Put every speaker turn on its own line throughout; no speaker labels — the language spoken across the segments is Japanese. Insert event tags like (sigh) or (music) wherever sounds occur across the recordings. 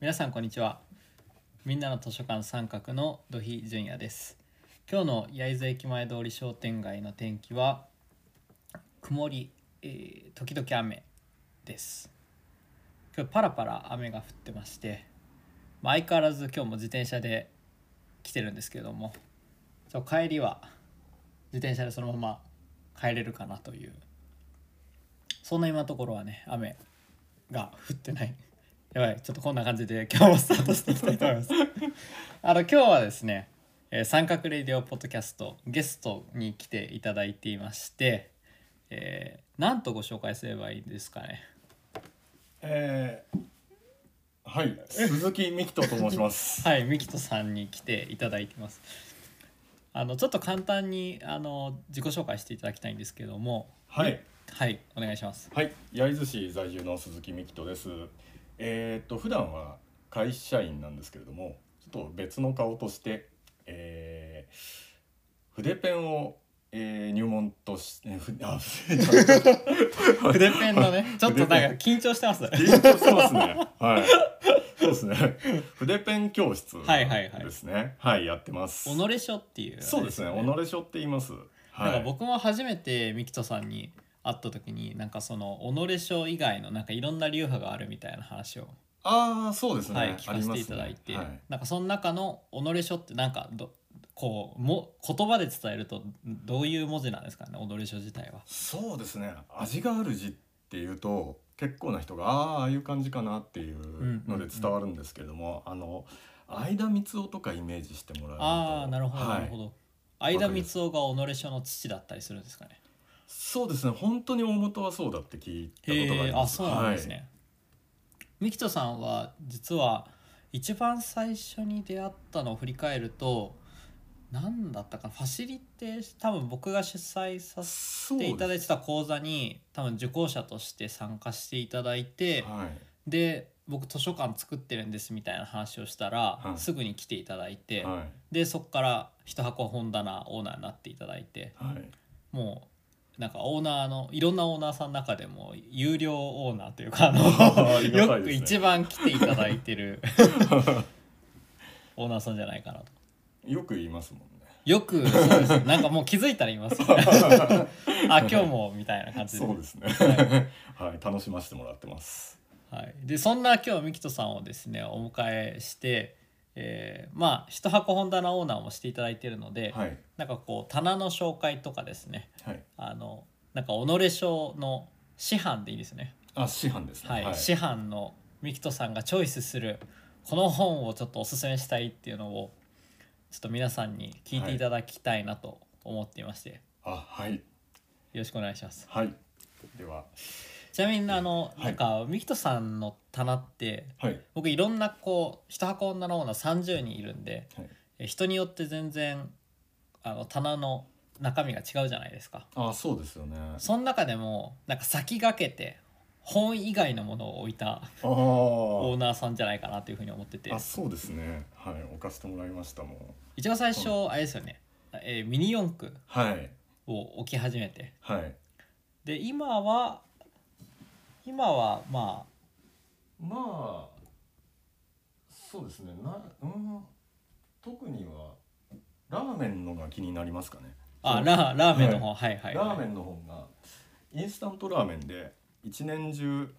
皆さんこんにちはみんなの図書館三角の土肥純也です今日の焼津駅前通り商店街の天気は曇り、えー時々雨です今日パラパラ雨が降ってまして、まあ、相変わらず今日も自転車で来てるんですけれどもそう帰りは自転車でそのまま帰れるかなというそんな今のところはね雨が降ってないやばいちょっとこんな感じで今日もスタートしていきたいと思います
(laughs)
あの今日はですね、えー三角レディオポッドキャストゲストに来ていただいていまして、えーなんとご紹介すればいいですかね
えーはい、 (laughs) 鈴木美希人と申します。
(laughs) はい、ミキトさんに来ていただいてます。あのちょっと簡単にあの自己紹介していただきたいんですけども、
はい、
はい、お願いし
(laughs)
ます。
はい、焼津市在住の鈴木美希人です。えーっと普段は会社員なんですけれども、ちょっと別の顔として、えー筆ペンを、えー入門とし、えーふあ、 (laughs)
筆ペンのね、ちょっとなんか
筆ペ
緊張してます。
(laughs)
は
緊張してますね。はい。そうですね。筆ペン教室
はいはいはい
ですね。はい、やってます。
己書っていう、
そうですね。
なんか
己書って言います。はい。
僕も初めてミキトさんに会った時に、なんかその己書以外のなんかいろんな流派があるみたいな話を、
ああそうですね、
はい、聞か
あり
せ
ま
て
す
いただいて、
ねはい
なんかその中の己書ってなんかどこうも言葉で伝えるとどういう文字なんですかね、己書自体は。
そうですね味がある字っていうと結構な人がああああいう感じかなってい
ん
うので伝わるんですけれども、あの相田光雄とかイメージしてもらえると
ああなるほど、
はい
なるほど相田光雄が己書の父だったりするんですかね
そうですね本当に大元はそうだって聞いたことがあ
へ
り
え
ま
あ
す
そうなんですね、ミキトさんは実は一番最初に出会ったのを振り返ると何だったかなファシリテーション多分僕が主催さ
はい、
せ
そう
ていただ
で
いてた講座に多分受講者として参加していただいて、
すはい
で僕図書館作ってるんですみたいな話をしたら、
はい
すぐに来ていただいて、
はい
でそこから一箱本棚オーナーになっていただいて
はい
もうなんかオーナーのいろんなオーナーさんの中でも有料オーナーというかあの
ありが
よ
たいですね
く一番来ていただいて
(laughs)
るオーナーさんじゃないかなと
よく言いますもんね
よくそうですなんかもう気づいたら言いますよね
(laughs)
あ今日もみたいな感じで
そうですね (laughs) はい楽しませてもらってます
はい、でそんな今日ミキトさんをですねお迎えして、えーまあ一箱本棚オーナーもしていただいてるので、
はい
なんかこう棚の紹介とかですね
はい
あのなんか己賞の師範でいいですね、
あ師範ですね
はい師範のミキトさんがチョイスするこの本をちょっとおすすめしたいっていうのをちょっと皆さんに聞いていただきたいなと思っていまして、
あはい
よろしくお願いします
はいでは
ちなみにあの、
はい
なんかミキトさんの棚って
はい
僕いろんなこう一箱女のオーナー30人いるんで
はい
え人によって全然あの棚の中身が違うじゃないですか。
あそうですよね。
その中でもなんか先駆けて本以外のものを置いた
あ
オー
ー
ナーさんじゃないかなというふうに思ってて
あそうですね。はい置かせてもらいましたもん。
一番最初あれですよね、えーミニ四駆
はい
を置き始めて
はい。
で今は今はま
まあそうですねなうん特にはラーメンのが気になりますかね。
ああ
そう
ララーメンの本、はい、はいはい、
ラーメンの方がインスタントラーメンで一年中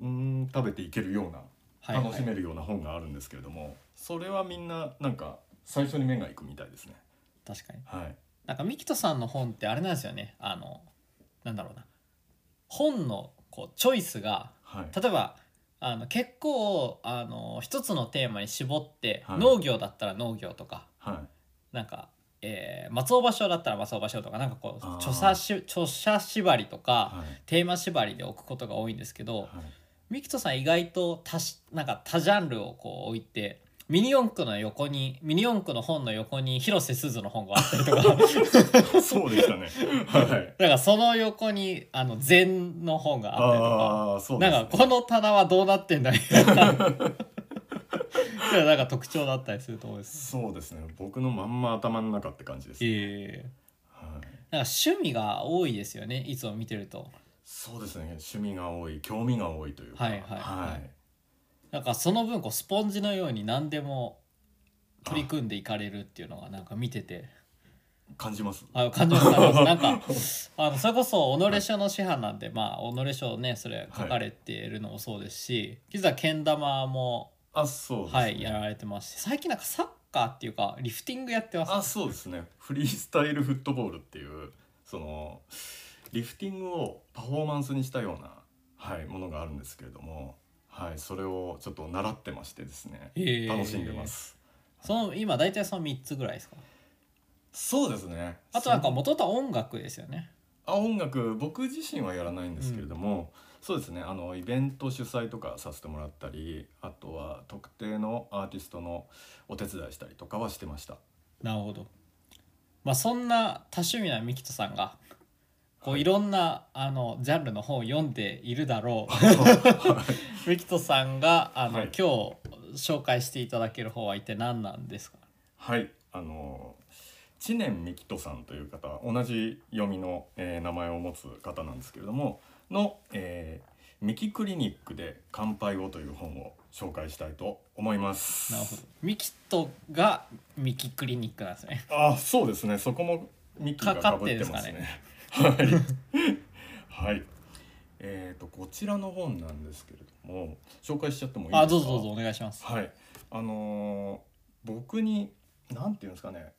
うん食べていけるような
はいはい
楽しめるような本があるんですけれども、それはみんななんか最初に目が行くみたいですね。
確かに
はい。
なんかミキトさんの本ってあれなんですよねあのなんだろうな本のこうチョイスが
はい。
例えばあの結構あの一つのテーマに絞って、
はい
農業だったら農業とか
はい。
なんか、えー松尾芭蕉だったら松尾芭蕉とかなんかこう
あー
著者し著者縛りとか、
はい。
テーマ縛りで置くことが多いんですけど、
はい
ミキトさん意外と多しなんか多ジャンルをこう置いて。ミニ四駆の横にミニ四駆の本の横に広瀬すずの本があったりと
(laughs)
か
そうでしたね。
(laughs)
はい。
なんかその横にあの禅の本があったりとか
ああー、そうで
な
す、ね。
んかこの棚はどうなってんだみたいな (laughs) それはなんか特徴だったりすると思うんです
そうですね。僕のまんま頭の中って感じです。
ええ
はい。
なんか趣味が多いですよねいつも見てると
そうですね。趣味が多い、興味が多いというか。
はいはいはい
はい
なんかその分こうスポンジのように何でも取り組んでいかれるっていうのがなんか見てて
感じます
あ感じましたなんか
(laughs)
あのそれこそ己書の師範なんで、まあ己書ねそれ書かれているのもそうですし実はけん玉も
あそうですね、
はいやられてますし最近なんかサッカーっていうかリフティングやってます
あそうですねフリースタイルフットボールっていうそのリフティングをパフォーマンスにしたような、はい、ものがあるんですけれども、はい、それをちょっと習ってましてですね
へえ
楽しんでます、
その今大体その3つぐらいですか
そうですね
あとなんか
その
元々は音楽ですよね
あ音楽僕自身はやらないんですけれども、そうですねあのイベント主催とかさせてもらったりあとは特定のアーティストのお手伝いしたりとかはしてました
なるほど。まあそんな多趣味なミキトさんがこ
は
う
い
いろんなあのジャンルの本を読んでいるだろ
(laughs)
うミキトさんがあの、
はい
今日紹介していただける本は一体何なんですか
はい、あの知念幹人さんという方、同じ読みの、えー名前を持つ方なんですけれども、の、えー、ミキクリニックで乾杯をという本を紹介したいと思います。
なるほどミキトがミキクリニックなんですね
あ、そうですね。そこもミキが
かか
か
っ
ぶ
て
っ
で
て
す
ま
か
す
ね
ね。 (laughs) はい。はい。えっ、とこちらの本なんですけれども、紹介しちゃってもいいですか。
あどうぞどうぞお願いします
はい、あのー僕に何て言うんですかね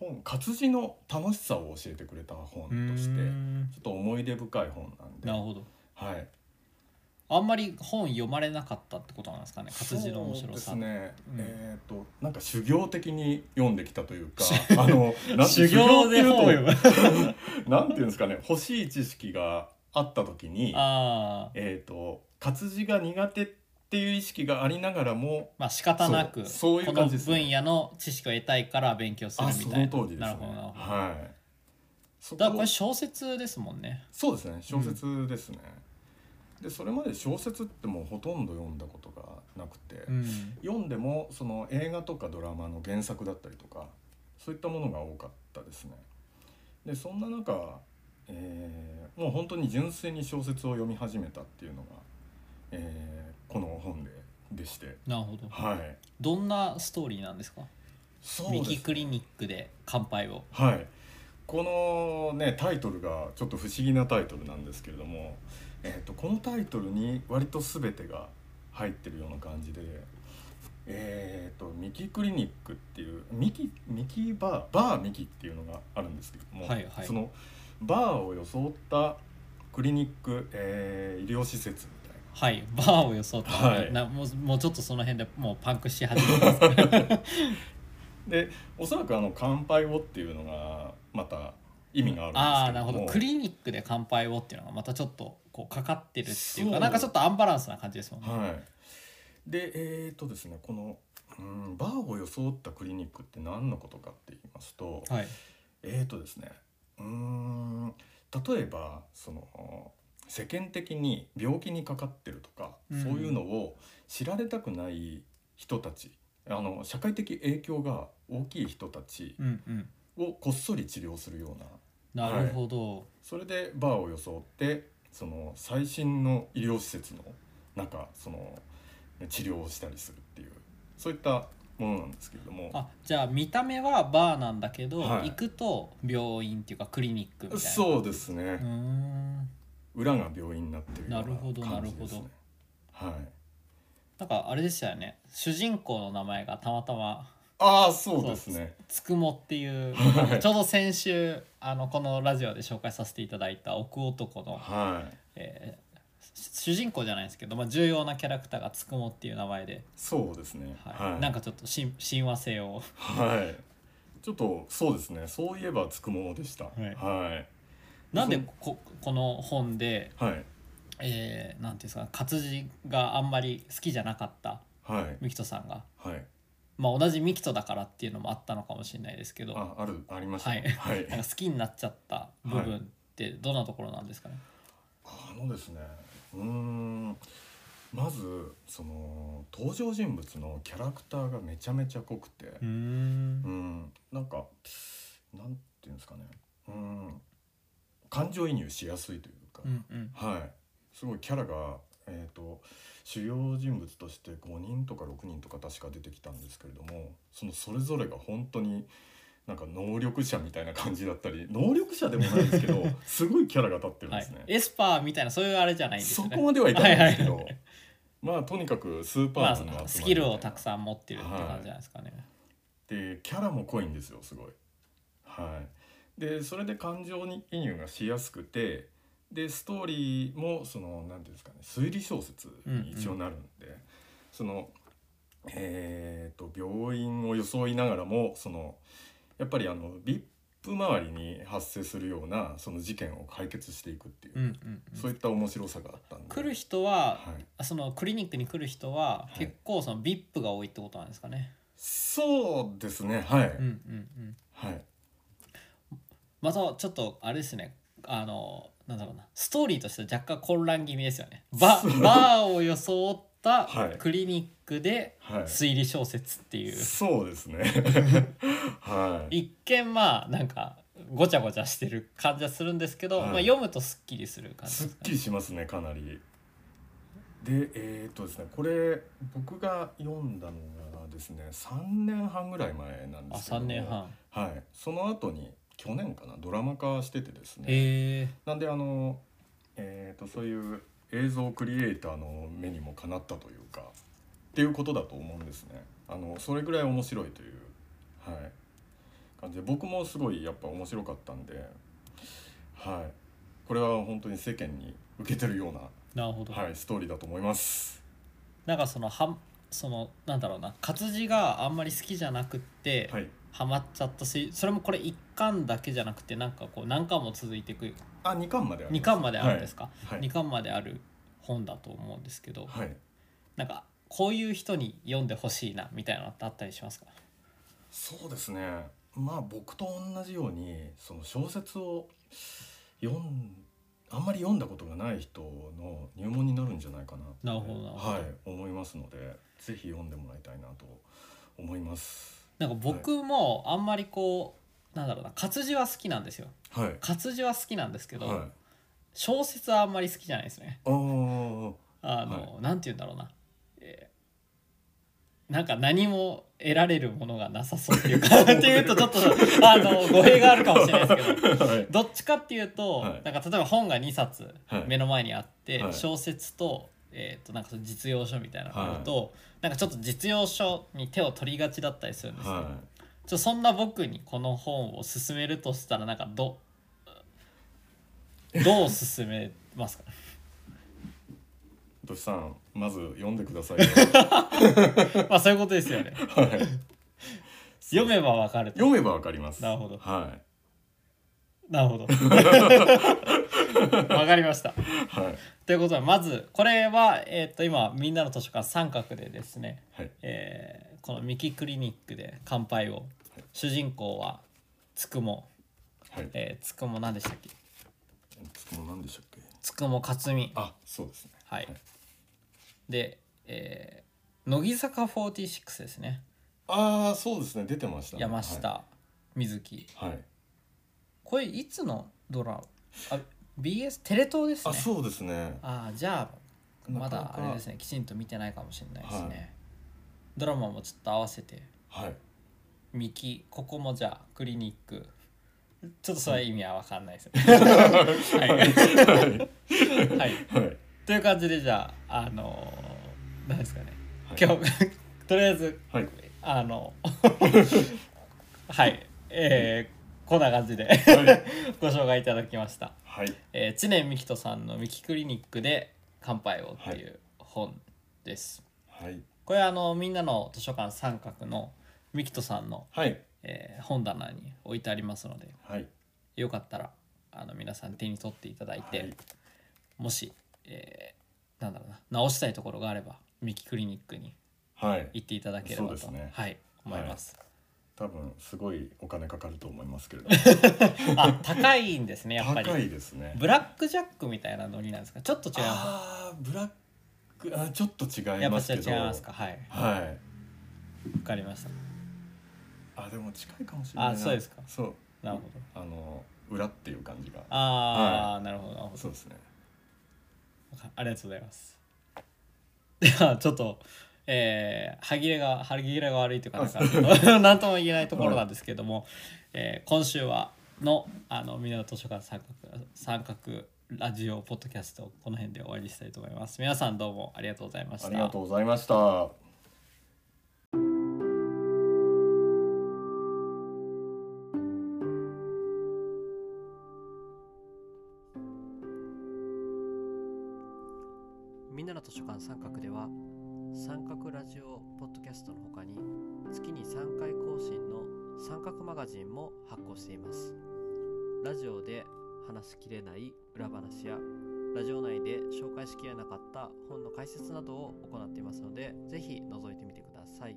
本活字の楽しさを教えてくれた本
うー
としてちょ
ん
っと思い出深い本なんで
なるほど
はい、
あんまり本読まれなかったってことなんですかね活字の面白さ
そうですね、
うん
えっ、となんか修行的に読んできたというかあのな
(laughs)
ん
修行で本を読む
なんていうんですかね欲しい知識があった時に
ああ
えっ、と活字が苦手っていう意識がありながらも
まあ仕方なく
そうそういう感じですね
この分野の知識を得たいから勉強する
あ
み
そ
たい
の
な
通りですね
なるほどなるほど、
はいそこ
だからこれ小説ですもんね
そうですね小説ですね、でそれまで小説ってもうほとんど読んだことがなくて、
うん
読んでもその映画とかドラマの原作だったりとかそういったものが多かったですねでそんな中、えーもう本当に純粋に小説を読み始めたっていうのが、えーこの本ででして
なるほど
はい
どんなストーリーなんですか
そう
ミ
です
キクリニックで乾杯を
はい、この、ね、タイトルがちょっと不思議なタイトルなんですけれども、えー、とこのタイトルに割と全てが入ってるような感じで、えー、とミキクリニックっていうミキミキバーバーミキっていうのがあるんですけども、
はいはい
そのバーを装ったクリニック、えー医療施設みたいな。
はいバーを装って、
はい
なもうもうちょっとその辺でもうパンクし始
(laughs)
めてます
でおそらくあの「乾杯を」っていうのがまた意味が
あ
あ
あ
るん
な
で
るほ
すけど
ど
も
クリニックで乾杯をっていうのがまたちょっとこうかかってるっていう
そ
か
う
なんかちょっとアンバランスな感じですもんね、
はい、でえっ、とですねこの、うん、バーを装ったクリニックって何のことかって言いますと、
はい、
えっ、とですねうーん例えばその世間的に病気にかかってるとか、
うん
そういうのを知られたくない人たちあの社会的影響が大きい人たち
うんうん
をこっそり治療するような
なるほど、
それでバーを装ってその最新の医療施設の中そのね治療をしたりするっていうそういったものなんですけれども
あじゃあ見た目はバーなんだけど、
はい
行くと病院っていうかクリニックみたいなう
そうです
うー
ね、
ん
裏が病院になってるよう
なるほど
な感じです
な
ね
る
はい
なんかあれでしたよね主人公の名前がたまたま
ああそうですね
つくもっていう
はい
あのちょうど先週あのこのラジオで紹介させていただいた奥男の、
はい
えー主人公じゃないですけど、まあ、重要なキャラクターがつくもっていう名前で、
そうですね
はい
はい
なんかちょっとしん親和性を
はいちょっとそうですねそういえばつくものでした
い
はい
なんでここの本で、
はい
えー、なんていうんですか活字があんまり好きじゃなかった
はい
ミキトさんが
はい
まあ、同じミキトだからっていうのもあったのかもしれないですけどなんか
ああるありましたねは
好きになっちゃった部分ってどんなところなんですかね、
あのですねうーんまずその登場人物のキャラクターがめちゃめちゃ濃くて
うー
うんんなんかなんていうんですかねうん感情移入しやすいというか、
うんうん
はいすごいキャラがえっ、と主要人物として5人とか6人とか確か出てきたんですけれどもそのそれぞれが本当になんか能力者みたいな感じだったり能力者でもないですけどすごいキャラが立ってるん
は
で
い
すね。、
エスパーみたいなそういうあれじゃないんです
そ
よね
こまではいかないんですけど、
はいはい
まあとにかくスーパ
ま
ーマンの集まりみたいな、
あ、スキルをたくさん持ってるって感じじゃないですかね。
でキャラも濃いんですよすごい。はい、でそれで感情に移入がしやすくてでストーリーもその何ていうんですかね推理小説に一応なるんで、そのえー、と病院を装いながらもそのやっぱりあの VIP 周りに発生するようなその事件を解決していくっていう、
うんうんうん
そういった面白さがあったんで。
来る人は、
はい
あそのクリニックに来る人は
はい
結構その VIP が多いってことなんですかね。
そうですねはい、
うんうんうん、
はい
またちょっとあれですねあのなんだろうなストーリーとして若干混乱気味ですよね。バ
そう
バーを装った
はい
クリニックで
はい
推理小説っていう、
そうで
(laughs)
すねはい
一見まあなんかごちゃごちゃしてる感じはするんですけど、
はい
まあ、読むとすっきりする感じ
す
で
っ
すか
き
ね。
りしますねかなりでえーっとですねこれ僕が読んだのがですね3年半ぐらい前なん
あ
ですけど
3
も
年半。
はいその後に去年かなドラマ化しててですね、
へえ
なんであのえー、とそういう映像クリエイターの目にもかなったというかっていうことだと思うんですねあのそれぐらい面白いという、はい、感じで僕もすごいやっぱ面白かったんで、はい、これは本当に世間に受けてるような、
なるほど。
はい、ストーリーだと思います。
なんかそのはんそのなんだろうな活字があんまり好きじゃなくって、
はい、
ハマっちゃったしそれもこれ1巻だけじゃなくてなんかこう何巻も続いていく
あ二巻まであります
2巻まであるんですか、
はいは
2
い
巻まである本だと思うんですけど、
はい
なんかこういう人に読んでほしいなみたいなのってあったりしますか
そうですねまあ僕と同じようにその小説を読んあんまり読んだことがない人の入門になるんじゃないかなって
なるほどなるほど
はい、思いますのでぜひ読んでもらいたいなと思います
なんか僕もあんまりこう、なんだろうな活字は好きなんですよ
はい
活字は好きなんですけど、
はい
小説はあんまり好きじゃないですね
あー
あの、なんて言うんだろうな、えーなんか何も得られるものがなさそうって
(laughs)
いうかっていうとちょっとあの語弊があるかもしれないですけど
はい
どっちかっていうと、
はい
なんか例えば本が2冊
はい
目の前にあって、
はい
小説と,、えー、となんかその実用書みたいなのと、なんかちょっと実用書に手を取りがちだったりするんですけど、
は
ちょそんな僕にこの本を勧めるとしたらなんかどどう勧めますか (laughs)
いとしさんまず読んでくださいよ
まあそういうことですよね。
はい
読めばわかると
読めばわかります
なるほど
は
なるほど (laughs) わかりました
いはい
ということでまずこれは、えっと今みんなの図書館三角でですね、
はい
えーこのミキクリニックで乾杯を主人公はつくも、
はい
えー、つくも何でしたっけ
その何でしたっけ
つくも克美
あそうですね
はいで、えー乃木坂46ですね
ああそうですね出てましたね
山下美月、
はい、はい
これいつのドラマあ BS テレ東ですね
あそうですね
ああじゃあま
なかな
だ
か
あれですねきちんと見てないかもしれないですね、
はい
ドラマもちょっと合わせて
はい
ミキここもじゃあクリニックちょっとそれは意味は分かんないですね
(laughs)
はい、はい、
はい
という感じでじゃああのー、何ですかね
はい
今日 (laughs) とりあえず
はい
あのはいえー、こんな感じで (laughs) ご紹介いただきました
はい
えー知念幹人さんの「ミキクリニックで乾杯を」っていう本です。
はい
これはあのみんなの図書館三角の幹人さんの、
はい
えー本棚に置いてありますので
はい
よかったらあの皆さん手に取っていただいて、
はい
もし、えーなんだろうな直したいところがあればミキクリニックに
はい
行っていただければ
そうです
と、
ね
はい、思います。
多分すごいお金かかると思いますけれど
あ高いんですねやっぱ
高
り。
いですね
ブラックジャックみたいなノリなんですかちょっと違いま
ああブラックあーちょっと
す
違
や
い
っぱ
ます
違
け
い
ど
ますかはい
はい
わかりました
あでも近いかもしれないな
あそうですか
そう
なるほど
あの裏っていう感じが
ああ、なるほどなるほど
そうですね
ありがとうございます (laughs) ではちょっと、えー歯切れが歯切れが悪いというかなんかちょっ
(laughs)
となんとも言えないところなんですけれども、えー今週はのあのみんなの図書館三角三角ラジオポッドキャストこの辺で終わりにしたいと思います。皆さんどうもありがとうございました。
ありがとうございました。
みんなの図書館三角では三角ラジオポッドキャストの他に月に3回更新の三角マガジンも発行していますラジオで話しきれない裏話やラジオ内で紹介しきれなかった本の解説などを行っていますのでぜひ覗いてみてください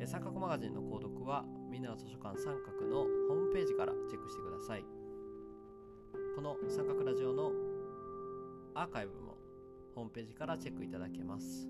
え三角マガジンの購読はみんなの図書館三角のホームページからチェックしてくださいこの三角ラジオのアーカイブもホームページからチェックいただけます。